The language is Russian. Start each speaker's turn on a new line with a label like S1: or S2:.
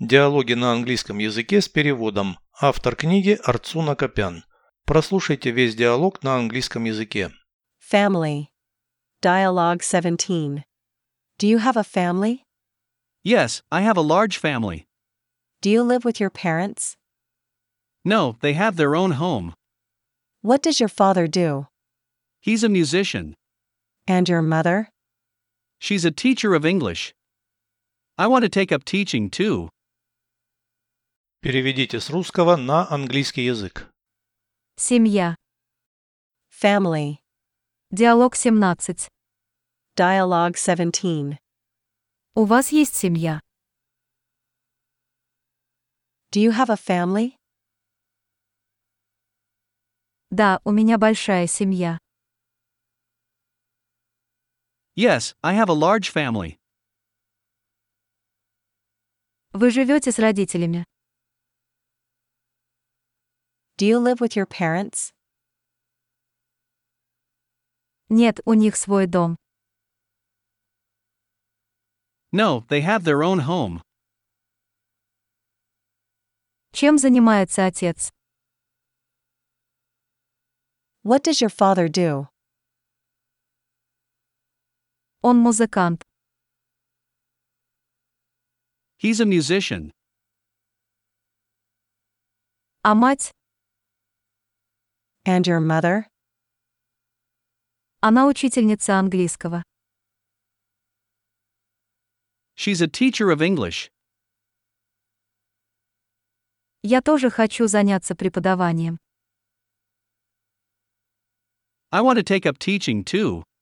S1: Диалоги на английском языке с переводом. Автор книги Арцуна Копян. Прослушайте весь диалог на английском языке.
S2: Family. Dialogue 17. Do you have a family?
S3: Yes, I have a large family.
S2: Do you live with your parents?
S3: No, they have their own home.
S2: What does your father do?
S3: He's a musician.
S2: And your mother?
S3: She's a teacher of English. I want to take up teaching too.
S1: Переведите с русского на английский язык.
S4: Семья.
S2: Family.
S4: Диалог 17.
S2: Dialogue 17.
S4: У вас есть семья?
S2: Do you have a family?
S4: Да, у меня большая семья.
S3: Yes, I have a large family.
S4: Вы живете с родителями?
S2: Do you live with your parents?
S4: Нет, у них свой дом.
S3: No, they have their own home.
S4: Чем занимается отец?
S2: What does your father do?
S4: Он музыкант.
S3: He's a musician.
S4: А мать?
S2: And your mother?
S4: Она учительница английского.
S3: She's a teacher of English.
S4: Я тоже хочу заняться преподаванием.
S3: I want to take up teaching too.